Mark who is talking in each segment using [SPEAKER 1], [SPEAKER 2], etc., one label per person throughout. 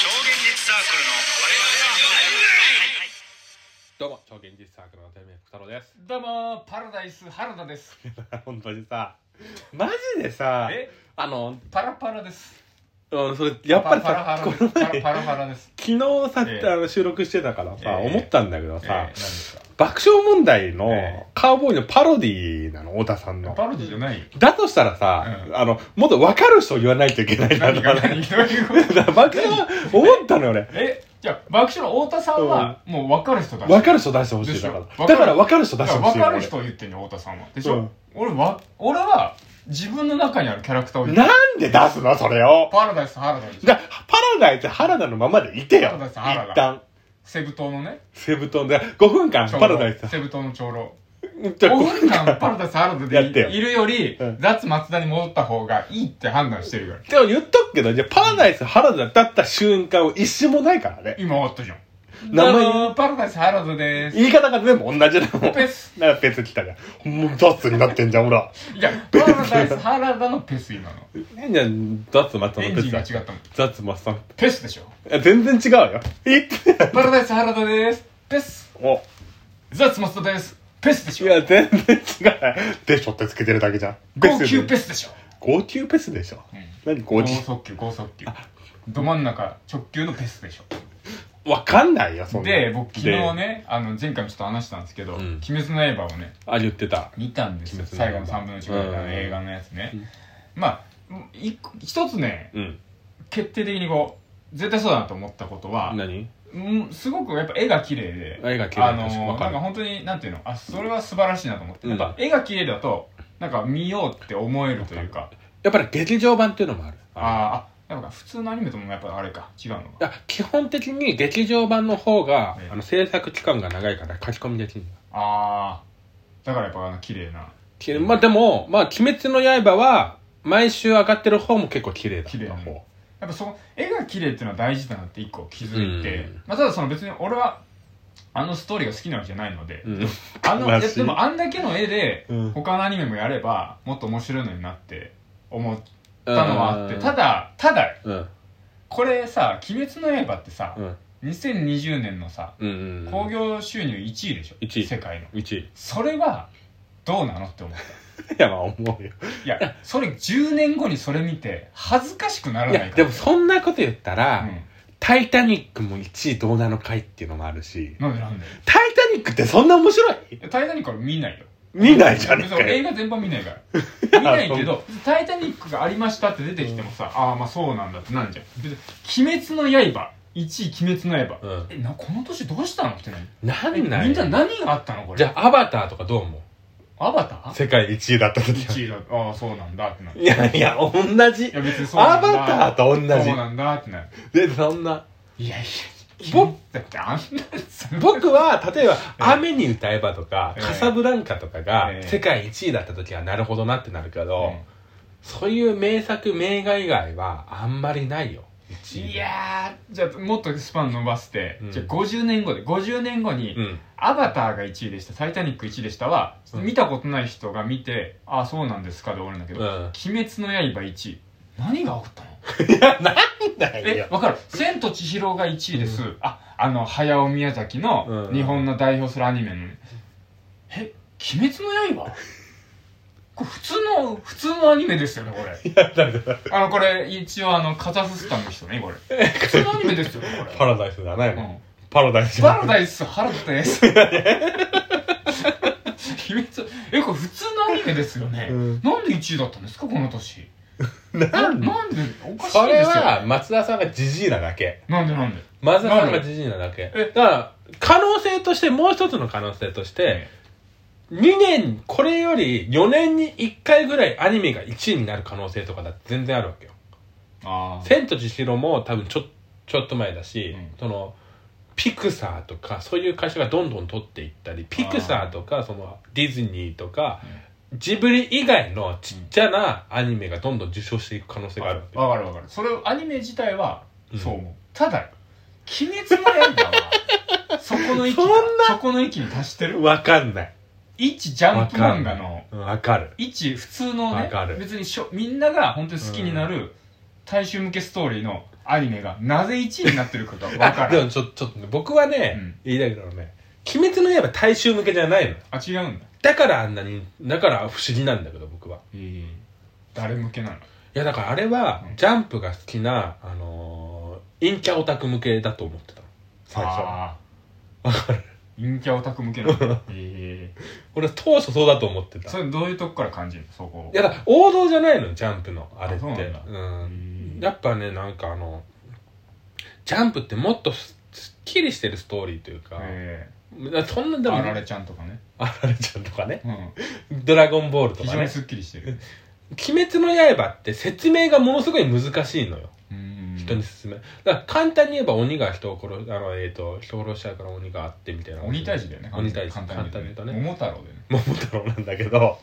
[SPEAKER 1] ークルの
[SPEAKER 2] どうも超現実サークルの天命福太郎です
[SPEAKER 3] どうもパラダイス原田です。
[SPEAKER 2] 本当にさマジでさ
[SPEAKER 3] え
[SPEAKER 2] あの、
[SPEAKER 3] パラパラです。
[SPEAKER 2] うん、それやっぱり
[SPEAKER 3] パラ
[SPEAKER 2] さ
[SPEAKER 3] ハ
[SPEAKER 2] こ
[SPEAKER 3] ラで
[SPEAKER 2] の
[SPEAKER 3] す。パ
[SPEAKER 2] 前
[SPEAKER 3] ラパラハラです。
[SPEAKER 2] 昨日さ、
[SPEAKER 3] ええ
[SPEAKER 2] あの収録してたからさ、
[SPEAKER 3] ええ
[SPEAKER 2] 思ったんだけど
[SPEAKER 3] えー、
[SPEAKER 2] さ
[SPEAKER 3] 何、ですか。
[SPEAKER 2] 爆笑問題の、
[SPEAKER 3] え
[SPEAKER 2] カウボーイのパロディーなの太田さんの
[SPEAKER 3] パロディじゃない。
[SPEAKER 2] だとしたらさ、
[SPEAKER 3] うん
[SPEAKER 2] あのもっと分かる人を言わないといけないな
[SPEAKER 3] 何
[SPEAKER 2] と
[SPEAKER 3] が
[SPEAKER 2] か
[SPEAKER 3] 何どういうこと
[SPEAKER 2] だから爆笑思ったのよ俺
[SPEAKER 3] え、じゃあ爆笑の太田さんはもう分かる人だし。
[SPEAKER 2] 分かる人出してほしいだか
[SPEAKER 3] でし
[SPEAKER 2] ら
[SPEAKER 3] ょ
[SPEAKER 2] だから分かる人出してほしい
[SPEAKER 3] 分
[SPEAKER 2] の
[SPEAKER 3] か
[SPEAKER 2] 俺
[SPEAKER 3] る人を言ってんの太田さんは。でし
[SPEAKER 2] う
[SPEAKER 3] ょ
[SPEAKER 2] ん。
[SPEAKER 3] 俺は俺は自分の中にあるキャラクターを言ってる。
[SPEAKER 2] なんで出すのそれを
[SPEAKER 3] パラダイス原田です。
[SPEAKER 2] だパラダイス原田のままでいてよ
[SPEAKER 3] パラダイス原田
[SPEAKER 2] 一旦
[SPEAKER 3] セブ島のね。
[SPEAKER 2] セブ島で5分間
[SPEAKER 3] 長老
[SPEAKER 2] パラダイス
[SPEAKER 3] セブ島の長老。
[SPEAKER 2] じゃあ
[SPEAKER 3] 5
[SPEAKER 2] 5
[SPEAKER 3] 分
[SPEAKER 2] 分間
[SPEAKER 3] 間パラダイス原田
[SPEAKER 2] やってよ
[SPEAKER 3] でいいるより
[SPEAKER 2] うん、
[SPEAKER 3] 脱松田に戻った方がいいって判断してるか
[SPEAKER 2] で
[SPEAKER 3] ら。
[SPEAKER 2] も言っとくけどじゃあパラダイス原田だった瞬間を一瞬もないからね
[SPEAKER 3] 今終わったじゃん。
[SPEAKER 2] 名前
[SPEAKER 3] どうもパラダイス原田です。
[SPEAKER 2] 言い方が全部同じだもん
[SPEAKER 3] ペス。
[SPEAKER 2] なんかペス来たじゃんもうダッツになってんじゃんほら
[SPEAKER 3] いや、パラダイス原田のペス今の。
[SPEAKER 2] 何じゃんダッツ松田
[SPEAKER 3] エ
[SPEAKER 2] の
[SPEAKER 3] ン
[SPEAKER 2] ペ
[SPEAKER 3] ジ
[SPEAKER 2] ス
[SPEAKER 3] ン
[SPEAKER 2] だ
[SPEAKER 3] が違ったの。
[SPEAKER 2] ダッツ松田の
[SPEAKER 3] ペスでしょ。
[SPEAKER 2] いや全然違うよえって
[SPEAKER 3] パラダイス原田です。ペス。
[SPEAKER 2] お
[SPEAKER 3] ザ・ツマストです。ペスで
[SPEAKER 2] い
[SPEAKER 3] しょ。
[SPEAKER 2] や全然違うでしょってつけてるだけじゃん
[SPEAKER 3] 高級ペ
[SPEAKER 2] ス
[SPEAKER 3] スでしょ。
[SPEAKER 2] 号泣ペスでしょ何号
[SPEAKER 3] 高
[SPEAKER 2] 泣
[SPEAKER 3] 速球、高速球。ど真ん中直球のペスでしょ。
[SPEAKER 2] わかんないよ、そんな。
[SPEAKER 3] で、僕昨日
[SPEAKER 2] で。
[SPEAKER 3] ね、あの、前回もちょっと話したんですけ
[SPEAKER 2] ん
[SPEAKER 3] ど、鬼滅の刃をね、
[SPEAKER 2] あ、言ってた。
[SPEAKER 3] 見たんですよ。
[SPEAKER 2] 鬼滅
[SPEAKER 3] 最
[SPEAKER 2] の
[SPEAKER 3] 後
[SPEAKER 2] 刃
[SPEAKER 3] の3分の1ぐらいの映画のやつね。まあ、一個一つね、
[SPEAKER 2] うん。
[SPEAKER 3] 決定的にこう、絶対そうだなと思ったことは、
[SPEAKER 2] 何
[SPEAKER 3] うん、すごくやっぱ絵が綺麗で
[SPEAKER 2] 絵が綺麗
[SPEAKER 3] あの
[SPEAKER 2] 確かにわ
[SPEAKER 3] ー
[SPEAKER 2] かる
[SPEAKER 3] なんか本当になんていうのあそれは素晴らしいなと思って、
[SPEAKER 2] うん
[SPEAKER 3] やっぱ絵が綺麗だとなんか見ようって思えるというか
[SPEAKER 2] やっぱり劇場版っていうのもある。
[SPEAKER 3] あーあなんか普通のアニメともやっぱあれか違うのか
[SPEAKER 2] いや基本的に劇場版の方が、
[SPEAKER 3] ね
[SPEAKER 2] あの制作期間が長いから書き込みできるんだ
[SPEAKER 3] ああだからやっぱあの綺麗な
[SPEAKER 2] きまあでも、まあ、鬼滅の刃は、毎週上がってる方も結構綺麗だった
[SPEAKER 3] 綺麗ね
[SPEAKER 2] 方。
[SPEAKER 3] やっぱその絵が綺麗っていうのは大事だなって一個気づいて、
[SPEAKER 2] うん
[SPEAKER 3] まあ、ただその別に俺はあのストーリーが好きなわけじゃないので、
[SPEAKER 2] うん。
[SPEAKER 3] あのいや
[SPEAKER 2] 悲しい
[SPEAKER 3] でもあんだけの絵で
[SPEAKER 2] うん
[SPEAKER 3] 他のアニメもやればもっと面白いのになって思ったのはあってた、だただ
[SPEAKER 2] うん。
[SPEAKER 3] これさ「鬼滅の刃」ってさ
[SPEAKER 2] う、ん。
[SPEAKER 3] 2020年のさ
[SPEAKER 2] うんうん。
[SPEAKER 3] 興行収入1位でしょ、
[SPEAKER 2] 1位
[SPEAKER 3] 世界の
[SPEAKER 2] 1位。い
[SPEAKER 3] それはどうなのって思っ
[SPEAKER 2] や、まあ思うよ。
[SPEAKER 3] た いやそれ10年後にそれ見て恥ずかしくなら
[SPEAKER 2] い
[SPEAKER 3] ない
[SPEAKER 2] や、
[SPEAKER 3] か
[SPEAKER 2] でもそんなこと言ったら、
[SPEAKER 3] うん
[SPEAKER 2] タイタニックも1位どうなのかいっていうのもあるし、
[SPEAKER 3] なんでなんでい
[SPEAKER 2] タイタニックってそんな面白い
[SPEAKER 3] や「タイタニック」は見ないよ
[SPEAKER 2] 見ないじゃねえ
[SPEAKER 3] 別
[SPEAKER 2] か
[SPEAKER 3] に俺映
[SPEAKER 2] よ。
[SPEAKER 3] 画全般見ないから 見ないけど「タイタニック」がありましたって出てきてもさ、ああまあそうなんだってなんじゃん別に「鬼滅の刃」1位「鬼滅の刃」
[SPEAKER 2] うん
[SPEAKER 3] えなこの年どうしたのってなる
[SPEAKER 2] なんな
[SPEAKER 3] え
[SPEAKER 2] い
[SPEAKER 3] みんな何があったのこれ
[SPEAKER 2] じゃあ、アバターとかどう思う
[SPEAKER 3] アバター
[SPEAKER 2] 世界で1位だった時は。
[SPEAKER 3] 1位だああそうなんだってなる
[SPEAKER 2] いやいや、同じ
[SPEAKER 3] い。や別にそうな
[SPEAKER 2] ア
[SPEAKER 3] んだ
[SPEAKER 2] バターと同
[SPEAKER 3] そう
[SPEAKER 2] じ。
[SPEAKER 3] なんだってなる
[SPEAKER 2] で、そんな。
[SPEAKER 3] いやいや
[SPEAKER 2] ぼ
[SPEAKER 3] だってあんなす
[SPEAKER 2] 僕は、例えば、
[SPEAKER 3] え
[SPEAKER 2] 雨に歌えばとか、
[SPEAKER 3] ええ
[SPEAKER 2] カサブランカとかが
[SPEAKER 3] ええ
[SPEAKER 2] 世界1位だった時はなるほどなってなるけど、そういう名作、名画以外はあんまりないよ。1位。
[SPEAKER 3] いやーじゃあもっとスパン伸ばして、
[SPEAKER 2] うん
[SPEAKER 3] じゃあ50年後で50年後に、
[SPEAKER 2] うん。
[SPEAKER 3] アバターが1位でした「タイタニック」1位でしたは、
[SPEAKER 2] うん
[SPEAKER 3] 見たことない人が見て「ああそうなんですか」で終わるんだけど「
[SPEAKER 2] うん。
[SPEAKER 3] 鬼滅の刃」1位何が起こったの
[SPEAKER 2] ない
[SPEAKER 3] え
[SPEAKER 2] よ。
[SPEAKER 3] わかる「千と千尋」が1位です、ああの早尾宮崎の
[SPEAKER 2] うん
[SPEAKER 3] 日本の代表するアニメの、え鬼滅の刃」これ普通の普通のアニメですよね これあのこれ一応あのカザフスタンの人ねこれ普通のアニメですよねこ
[SPEAKER 2] パラダイスだね
[SPEAKER 3] れ、う。ん
[SPEAKER 2] パラダイス
[SPEAKER 3] パラダイス原田です鬼滅えこれ普通のアニメですよね、
[SPEAKER 2] うん
[SPEAKER 3] なんで1位だったんですかこの年な
[SPEAKER 2] なんん
[SPEAKER 3] でおかしい
[SPEAKER 2] そ
[SPEAKER 3] んで
[SPEAKER 2] れ
[SPEAKER 3] すよ
[SPEAKER 2] は、松田さんがジジイなだけ。
[SPEAKER 3] なんでなんで
[SPEAKER 2] 松田さんがじじいなだけ。
[SPEAKER 3] え
[SPEAKER 2] だから、可能性として、もう一つの可能性として、2年、これより4年に1回ぐらいアニメが1位になる可能性とかだって全然あるわけよ。
[SPEAKER 3] あー
[SPEAKER 2] 千と千尋も多分ちょ、ちょっと前だし、
[SPEAKER 3] うん
[SPEAKER 2] その、ピクサーとか、そういう会社がどんどん取っていったり、ピクサーとか、その、ディズニーとか、ジブリ以外のちっちゃなアニメがどんどん受賞していく可能性があるわけよ。
[SPEAKER 3] わかるわかるそれアニメ自体は
[SPEAKER 2] うん
[SPEAKER 3] そう思う、ただ「鬼滅の刃」は そこの域が
[SPEAKER 2] そん
[SPEAKER 3] そこの域に達してる
[SPEAKER 2] わかんない。
[SPEAKER 3] 一ジャンプ漫画の
[SPEAKER 2] うんわかる。
[SPEAKER 3] 一普通の
[SPEAKER 2] わ
[SPEAKER 3] ね
[SPEAKER 2] かる
[SPEAKER 3] 別にしょみんなが本当に好きになる大衆向けストーリーのアニメがなぜ1位になってるかが分か
[SPEAKER 2] あで
[SPEAKER 3] る
[SPEAKER 2] もちょちょっとね僕はね、
[SPEAKER 3] うん
[SPEAKER 2] 言いたいけどね「鬼滅の刃」大衆向けじゃないの
[SPEAKER 3] あ違うんだ
[SPEAKER 2] だからあんなにだから不思議なんだけど僕は
[SPEAKER 3] 誰向けなの
[SPEAKER 2] いやだからあれは、
[SPEAKER 3] うん
[SPEAKER 2] ジャンプが好きなあのー、陰キャオタク向けだと思ってたの最初
[SPEAKER 3] あー陰キャオタク向けなのええ
[SPEAKER 2] 俺は当初そうだと思ってた
[SPEAKER 3] それどういうとこから感じるのそこを
[SPEAKER 2] いやだから王道じゃないのジャンプのあれって
[SPEAKER 3] あそうなんだ
[SPEAKER 2] うん
[SPEAKER 3] へえ
[SPEAKER 2] やっぱねなんかあのジャンプってもっとすすっきりしてるストーリーというか、
[SPEAKER 3] え
[SPEAKER 2] そんな
[SPEAKER 3] え
[SPEAKER 2] でも
[SPEAKER 3] あられちゃんとかね
[SPEAKER 2] あられちゃんとかね
[SPEAKER 3] うん
[SPEAKER 2] ドラゴンボールと
[SPEAKER 3] 非
[SPEAKER 2] か
[SPEAKER 3] 常に
[SPEAKER 2] ね
[SPEAKER 3] すっき りしてる
[SPEAKER 2] 鬼滅の刃って説明がものすごい難しいのよ
[SPEAKER 3] うん
[SPEAKER 2] 人に説明だから簡単に言えば鬼が人を殺すあのえっ、と人殺しちゃうから鬼があってみたいな
[SPEAKER 3] 鬼退治だよね
[SPEAKER 2] 鬼退治
[SPEAKER 3] 簡単に言う
[SPEAKER 2] 簡
[SPEAKER 3] と
[SPEAKER 2] 単に言うとね
[SPEAKER 3] ね桃太郎だよね
[SPEAKER 2] 桃太郎なんだけど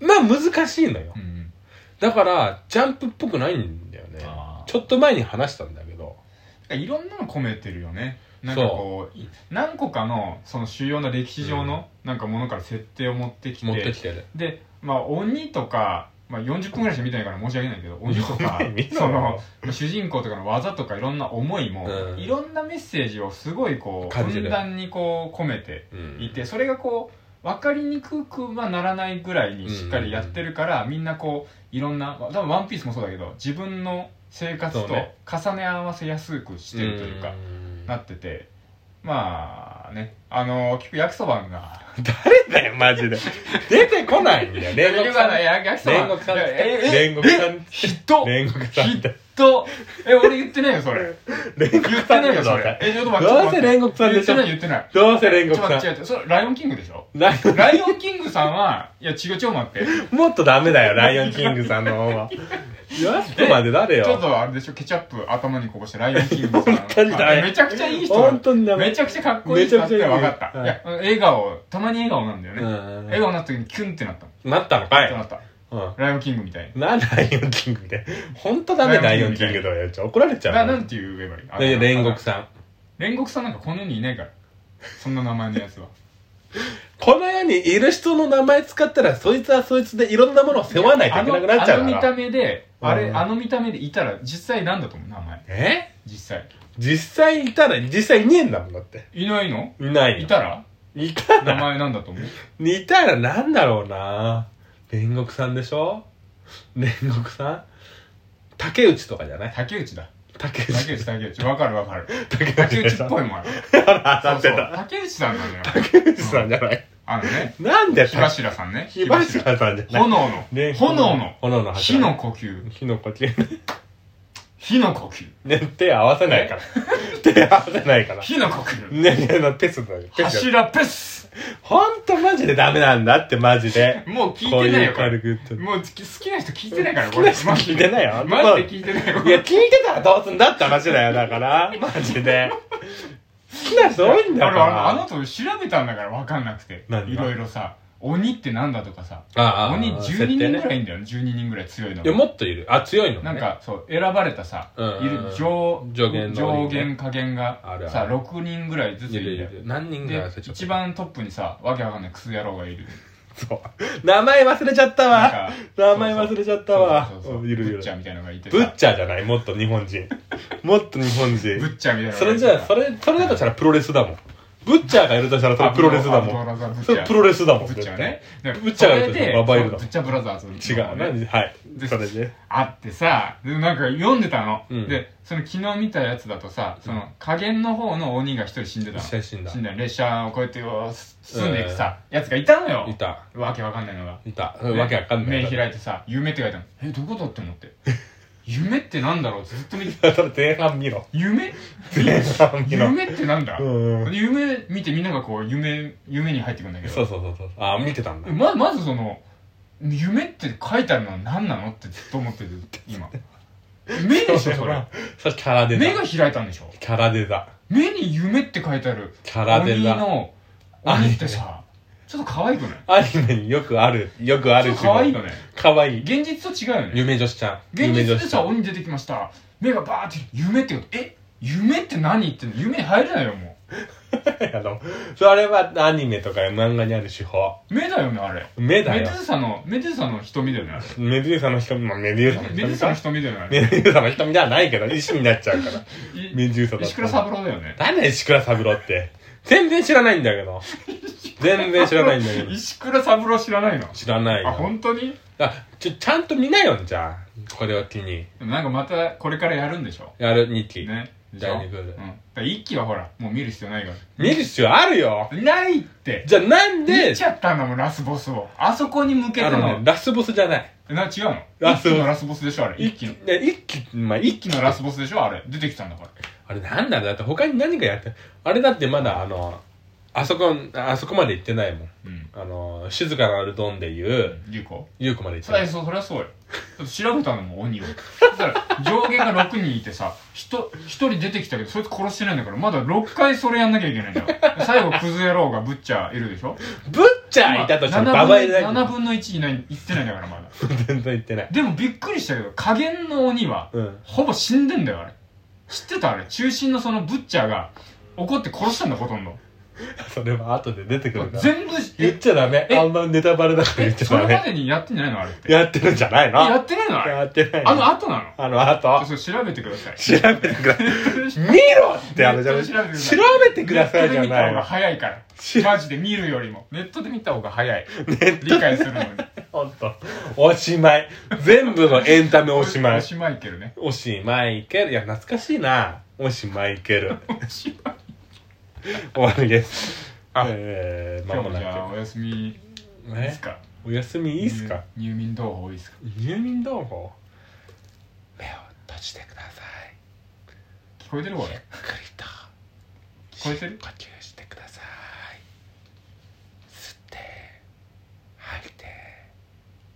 [SPEAKER 2] まあ難しいのよ
[SPEAKER 3] うん
[SPEAKER 2] だからジャンプっぽくないんだよね
[SPEAKER 3] あー
[SPEAKER 2] ちょっと前に話したんだけど
[SPEAKER 3] いろんなの込めてるよねなんかこうい何個かのその主要な歴史上のなんかものから設定を持ってきて
[SPEAKER 2] 持ってきてる
[SPEAKER 3] でまあ鬼とか、まあ、40分ぐらいしか見てないから申し訳ない けど鬼とか
[SPEAKER 2] 見ろ
[SPEAKER 3] その主人公とかの技とかいろんな思いも、
[SPEAKER 2] うん
[SPEAKER 3] いろんなメッセージをすごいこう
[SPEAKER 2] 感じ
[SPEAKER 3] ふ
[SPEAKER 2] る
[SPEAKER 3] んだんにこう込めて
[SPEAKER 2] うん
[SPEAKER 3] いてそれがこう分かりにくくはならないぐらいにしっかりやってるから、みんなこういろんなまあ多分ワンピースもそうだけど自分の生活
[SPEAKER 2] そう
[SPEAKER 3] と
[SPEAKER 2] ね
[SPEAKER 3] 重ね合わせやすくしてるというか、
[SPEAKER 2] ん
[SPEAKER 3] なっててまあねあの聞く焼きそばんが。
[SPEAKER 2] 誰だよマジで出てこないんだよ煉
[SPEAKER 3] 煉
[SPEAKER 2] 獄
[SPEAKER 3] 獄さ
[SPEAKER 2] さ
[SPEAKER 3] んだ
[SPEAKER 2] ん
[SPEAKER 3] や焼きそば
[SPEAKER 2] 煉獄さん
[SPEAKER 3] いやええ
[SPEAKER 2] 煉獄さん
[SPEAKER 3] ひっと
[SPEAKER 2] 煉獄さん
[SPEAKER 3] ひっとえ俺言ってないよそれ
[SPEAKER 2] 煉
[SPEAKER 3] 言っ
[SPEAKER 2] 獄
[SPEAKER 3] て
[SPEAKER 2] さん
[SPEAKER 3] ないよそれえちょっと待って
[SPEAKER 2] どうせ煉獄さんでしょ
[SPEAKER 3] 言ってない言ってない
[SPEAKER 2] どうせ煉
[SPEAKER 3] ちょっと
[SPEAKER 2] 獄
[SPEAKER 3] 待
[SPEAKER 2] さん
[SPEAKER 3] って違う違うそれライオンキングでしょ
[SPEAKER 2] ライオン
[SPEAKER 3] ライオンキングさんはいや違う違う待ってち
[SPEAKER 2] もっとダメだよライオンキングさんの方はやすこまで誰よ
[SPEAKER 3] ょっとあれでしょケチャップ頭にこぼしてライオンキングさん
[SPEAKER 2] 本当にダメ
[SPEAKER 3] あめちゃくちゃいい人
[SPEAKER 2] 本当にダメ
[SPEAKER 3] めちゃくちゃかっこいい人だって分かったい
[SPEAKER 2] めちゃ
[SPEAKER 3] や笑顔たまに笑顔なんだよね
[SPEAKER 2] うん
[SPEAKER 3] 笑顔になった時にキュンってなったの
[SPEAKER 2] なったのか
[SPEAKER 3] ってないった
[SPEAKER 2] うん
[SPEAKER 3] ライオンキングみたいに
[SPEAKER 2] なんでライオンキングみたい本当ダメラ
[SPEAKER 3] ラ
[SPEAKER 2] イ
[SPEAKER 3] イ
[SPEAKER 2] オ
[SPEAKER 3] オ
[SPEAKER 2] ン
[SPEAKER 3] ン
[SPEAKER 2] キ
[SPEAKER 3] キ
[SPEAKER 2] ン
[SPEAKER 3] ン
[SPEAKER 2] グ
[SPEAKER 3] グ
[SPEAKER 2] とか言っちゃう怒られちゃう
[SPEAKER 3] なな
[SPEAKER 2] もん
[SPEAKER 3] んていうウェバリ
[SPEAKER 2] いや
[SPEAKER 3] ー
[SPEAKER 2] 煉獄さん
[SPEAKER 3] 煉獄さんなんかこの世にいないからそんな名前のやつは
[SPEAKER 2] この世にいる人の名前使ったらそいつはそいつでいろんなものを背負わないといけなくなっちゃ
[SPEAKER 3] あ
[SPEAKER 2] う
[SPEAKER 3] の見
[SPEAKER 2] か
[SPEAKER 3] た
[SPEAKER 2] ら
[SPEAKER 3] 目であれ、
[SPEAKER 2] うん
[SPEAKER 3] あの見た目でいたら実際なんだと思う名前
[SPEAKER 2] え
[SPEAKER 3] 実際
[SPEAKER 2] 実際いたら実際いねえんだもんだって
[SPEAKER 3] いないの
[SPEAKER 2] いない
[SPEAKER 3] い
[SPEAKER 2] よ
[SPEAKER 3] たら
[SPEAKER 2] いた
[SPEAKER 3] 名
[SPEAKER 2] ら
[SPEAKER 3] 前なんだと思う
[SPEAKER 2] いたらなんだろうな煉獄さんでしょ煉獄さん竹内とかじゃない
[SPEAKER 3] 竹 内だ
[SPEAKER 2] 竹内
[SPEAKER 3] 竹内竹内わかるわかる
[SPEAKER 2] 竹
[SPEAKER 3] 竹
[SPEAKER 2] で
[SPEAKER 3] 内
[SPEAKER 2] しょ
[SPEAKER 3] っぽいもんあれ
[SPEAKER 2] あ当たって
[SPEAKER 3] そうそう
[SPEAKER 2] た
[SPEAKER 3] 竹内さんなのよ
[SPEAKER 2] 竹内さんじゃない
[SPEAKER 3] あのね
[SPEAKER 2] なんで
[SPEAKER 3] 火柱さんね
[SPEAKER 2] 火柱さんじゃない
[SPEAKER 3] 炎の、
[SPEAKER 2] ね
[SPEAKER 3] 炎の
[SPEAKER 2] 炎の柱
[SPEAKER 3] 火の呼吸
[SPEAKER 2] 火の呼吸
[SPEAKER 3] 火の呼吸
[SPEAKER 2] ね手合わせない から手合わせないから
[SPEAKER 3] 火の呼吸
[SPEAKER 2] ねねのペスだよペス
[SPEAKER 3] 柱ペス
[SPEAKER 2] ほんとマジでダメなんだってマジで
[SPEAKER 3] もう聞い
[SPEAKER 2] こう
[SPEAKER 3] てない
[SPEAKER 2] い
[SPEAKER 3] よ
[SPEAKER 2] う
[SPEAKER 3] これ
[SPEAKER 2] 軽く言って
[SPEAKER 3] もう好き好きな人聞いてないから、
[SPEAKER 2] 好きな人
[SPEAKER 3] マジ
[SPEAKER 2] 聞
[SPEAKER 3] で
[SPEAKER 2] いてないよ
[SPEAKER 3] マジで聞いてないよ。
[SPEAKER 2] いや聞いてたらどうすんだって話だよだからマジで好きな人多いんだ
[SPEAKER 3] 俺
[SPEAKER 2] か
[SPEAKER 3] あの
[SPEAKER 2] ら
[SPEAKER 3] 後調べたんだから分かんなくて。
[SPEAKER 2] 何が
[SPEAKER 3] いろいろさ、鬼ってなんだとかさ、
[SPEAKER 2] あ
[SPEAKER 3] 鬼12人ぐら
[SPEAKER 2] い
[SPEAKER 3] いいんだよね。12人ぐらい強いの
[SPEAKER 2] いや。もっといるあ強いのね
[SPEAKER 3] なんか、そう、選ばれたさ、
[SPEAKER 2] うん
[SPEAKER 3] いる上
[SPEAKER 2] 上限の鬼ね
[SPEAKER 3] 上限加減が
[SPEAKER 2] あるある
[SPEAKER 3] さ、6人ぐらいずつ
[SPEAKER 2] い
[SPEAKER 3] い
[SPEAKER 2] るい
[SPEAKER 3] るんだよ。
[SPEAKER 2] る何人ぐらい
[SPEAKER 3] で
[SPEAKER 2] 忘れちゃった
[SPEAKER 3] 一番トップにさ、わけわかんないクズ野郎がい る。
[SPEAKER 2] そう名前忘れちゃった
[SPEAKER 3] なん
[SPEAKER 2] わ
[SPEAKER 3] か
[SPEAKER 2] 名前忘れちゃったわ
[SPEAKER 3] そうそうそう
[SPEAKER 2] う
[SPEAKER 3] そ
[SPEAKER 2] ん
[SPEAKER 3] う。
[SPEAKER 2] いるいる
[SPEAKER 3] ブッチャーみたいなのがいてさ。
[SPEAKER 2] ブッチャーじゃないもっと日本人もっと日本
[SPEAKER 3] ブ
[SPEAKER 2] 人
[SPEAKER 3] ッチャーみたいなのがいてさ。
[SPEAKER 2] それじゃあそれそれだとしたらプロレスだもんブッチャーがいるとしたらそれプロレスだも
[SPEAKER 3] あブ
[SPEAKER 2] ん
[SPEAKER 3] ラザーブッチ
[SPEAKER 2] そ
[SPEAKER 3] ャ
[SPEAKER 2] れ
[SPEAKER 3] ー
[SPEAKER 2] プロレスだもん
[SPEAKER 3] ブッチャーね。で
[SPEAKER 2] ブッチャーがいると
[SPEAKER 3] それで
[SPEAKER 2] ババエルだ
[SPEAKER 3] そうブッチャーブラザーズのね。
[SPEAKER 2] 絶対違う何はい
[SPEAKER 3] で
[SPEAKER 2] それで
[SPEAKER 3] あってさ、で、なんか読んでたの。
[SPEAKER 2] うん
[SPEAKER 3] で、その昨日見たやつだとさ、その加減の方の鬼が一人死んでたの。
[SPEAKER 2] 一人死んだ
[SPEAKER 3] 死んだの列車をこうやってこうす進んでいくさ、やつがいたのよ
[SPEAKER 2] い。た
[SPEAKER 3] わけわかんないのが。
[SPEAKER 2] いたうんわけわかんない
[SPEAKER 3] 目開い
[SPEAKER 2] て
[SPEAKER 3] てさ、夢って書いたの。え、どこだって思って。 夢ってなんだろうずっと見てた。
[SPEAKER 2] それ前半見ろ
[SPEAKER 3] 夢
[SPEAKER 2] 前半見ろ
[SPEAKER 3] 夢ってなんだ
[SPEAKER 2] うんうん
[SPEAKER 3] 夢見てみんながこう夢、夢に入ってくんだけど。
[SPEAKER 2] そうそうそうそうあ見てたんだ
[SPEAKER 3] ままずその夢って書いてあるのは何なのってずっと思ってる 今目でしょそれ
[SPEAKER 2] それキャラデザ
[SPEAKER 3] 目が開いたんでしょ
[SPEAKER 2] キャラデザ
[SPEAKER 3] 目に夢って書いてある
[SPEAKER 2] キャラデ
[SPEAKER 3] 鬼
[SPEAKER 2] ザ
[SPEAKER 3] の鬼ってさちょっと可愛くない
[SPEAKER 2] アニメによくあるよくあ
[SPEAKER 3] ちょ
[SPEAKER 2] る
[SPEAKER 3] っと可愛いよね
[SPEAKER 2] かわいい
[SPEAKER 3] 現実と違うよね
[SPEAKER 2] 夢女子ちゃん
[SPEAKER 3] 現
[SPEAKER 2] 夢
[SPEAKER 3] 実
[SPEAKER 2] 女子
[SPEAKER 3] で
[SPEAKER 2] ちゃ
[SPEAKER 3] さ
[SPEAKER 2] ん
[SPEAKER 3] 鬼出てきました目がバーって夢ってことえ夢って何って夢に入れないよもう
[SPEAKER 2] あの、それはアニメとか漫画にある手法。
[SPEAKER 3] 目だよね、あれ。
[SPEAKER 2] 目だ
[SPEAKER 3] メデ
[SPEAKER 2] よ
[SPEAKER 3] ュ。ーサの、メデューサの瞳だよね、あれ。
[SPEAKER 2] メデューサの瞳、まあ、メデューサの
[SPEAKER 3] メデュー
[SPEAKER 2] 瞳
[SPEAKER 3] サの
[SPEAKER 2] か。
[SPEAKER 3] 瞳だよね、あ
[SPEAKER 2] メ
[SPEAKER 3] れ。
[SPEAKER 2] デューサの瞳ではないけど、石になっちゃうから。
[SPEAKER 3] い
[SPEAKER 2] メデューサだった
[SPEAKER 3] 石倉三郎だよね。
[SPEAKER 2] 誰だよ、石倉三郎って。全然知らないんだけど。全然知らないんだけど。
[SPEAKER 3] 石倉三郎知らないの
[SPEAKER 2] 知らない
[SPEAKER 3] あ、
[SPEAKER 2] よ。
[SPEAKER 3] 本当に
[SPEAKER 2] あちょちゃんと見なよ、じゃあ。これを機に。
[SPEAKER 3] でもなんかまたこれからやるんでしょ
[SPEAKER 2] やる、日記。
[SPEAKER 3] ね。でしょ
[SPEAKER 2] 第二部
[SPEAKER 3] うん。だから一期はほら、もう見る必要ないか
[SPEAKER 2] 見る必要あるよ。
[SPEAKER 3] ら。ないって。
[SPEAKER 2] じゃあなんで、
[SPEAKER 3] 見ちゃったんだもん、ラスボスを。あそこに向けて
[SPEAKER 2] あの
[SPEAKER 3] の。
[SPEAKER 2] ね、ラスボスじゃない。
[SPEAKER 3] な、違うの
[SPEAKER 2] ラ
[SPEAKER 3] 一
[SPEAKER 2] スボス
[SPEAKER 3] 期のラスボスでしょ、あれ。一
[SPEAKER 2] 一
[SPEAKER 3] 期
[SPEAKER 2] 気
[SPEAKER 3] の。
[SPEAKER 2] ね一気、まあ一
[SPEAKER 3] 一期のラスボスでしょ、あれ。出てきたんだから。
[SPEAKER 2] あれなんだろうだって他に何かやってあれだってまだあのあそこあそこまで行ってないもん
[SPEAKER 3] うん。
[SPEAKER 2] あの静かなるドンでいう
[SPEAKER 3] 流行
[SPEAKER 2] 優子まで行っ
[SPEAKER 3] そ
[SPEAKER 2] て
[SPEAKER 3] り
[SPEAKER 2] な
[SPEAKER 3] ゃ
[SPEAKER 2] い
[SPEAKER 3] そうそりゃそうよだって調べたのも鬼をそしたら上限が6人いてさ1人出てきたけどそいつ殺してないんだからまだ6回それやんなきゃいけないんだよ最後クズ野郎がブッチャーいるでしょ
[SPEAKER 2] ブッチャーいたとしても
[SPEAKER 3] 今
[SPEAKER 2] ババいない
[SPEAKER 3] 7分7分の1いないいってないんだからまだ
[SPEAKER 2] 全然行ってない
[SPEAKER 3] でもびっくりしたけど加減の鬼は
[SPEAKER 2] うん
[SPEAKER 3] ほぼ死んでんだよあれ知ってたあれ中心のそのブッチャーが怒って殺したんだほとんど
[SPEAKER 2] それは後で出てくるから
[SPEAKER 3] 全部
[SPEAKER 2] 言っ
[SPEAKER 3] え
[SPEAKER 2] ちゃダメ
[SPEAKER 3] え
[SPEAKER 2] あんまネタバレだから
[SPEAKER 3] え
[SPEAKER 2] 言っち
[SPEAKER 3] そ
[SPEAKER 2] ゃダ
[SPEAKER 3] れま
[SPEAKER 2] メ
[SPEAKER 3] でにやってんじゃないのあれって
[SPEAKER 2] やってるんじゃないの
[SPEAKER 3] えやってないのあれ
[SPEAKER 2] やってない
[SPEAKER 3] あの後なの
[SPEAKER 2] あの後
[SPEAKER 3] そうそう調べてください
[SPEAKER 2] 調べてくださ い見ろってあのじゃ
[SPEAKER 3] ネ
[SPEAKER 2] 調
[SPEAKER 3] ットで調べてください
[SPEAKER 2] べてくださいじゃないの
[SPEAKER 3] 早いから
[SPEAKER 2] 知
[SPEAKER 3] マジで見るよりもネットで見た方が早い
[SPEAKER 2] ネット
[SPEAKER 3] 理解するのに
[SPEAKER 2] ほんとおしまい全部のエンタメおしま
[SPEAKER 3] お
[SPEAKER 2] い
[SPEAKER 3] しまいけるね
[SPEAKER 2] おしマイケル。いや、懐かしいな。おしマイケル。
[SPEAKER 3] おしまい
[SPEAKER 2] 終わりです。
[SPEAKER 3] あ
[SPEAKER 2] えー、
[SPEAKER 3] 今
[SPEAKER 2] ま
[SPEAKER 3] 日
[SPEAKER 2] も
[SPEAKER 3] も
[SPEAKER 2] な
[SPEAKER 3] じゃあお休みい
[SPEAKER 2] く。
[SPEAKER 3] いです
[SPEAKER 2] ね。
[SPEAKER 3] か
[SPEAKER 2] お休みいいっすか
[SPEAKER 3] 入入眠同胞いいですか
[SPEAKER 2] 入眠同胞目を閉じてください。
[SPEAKER 3] 聞こえてるこれ
[SPEAKER 2] ゆっくりと。
[SPEAKER 3] 聞こえてる
[SPEAKER 2] 深呼吸して。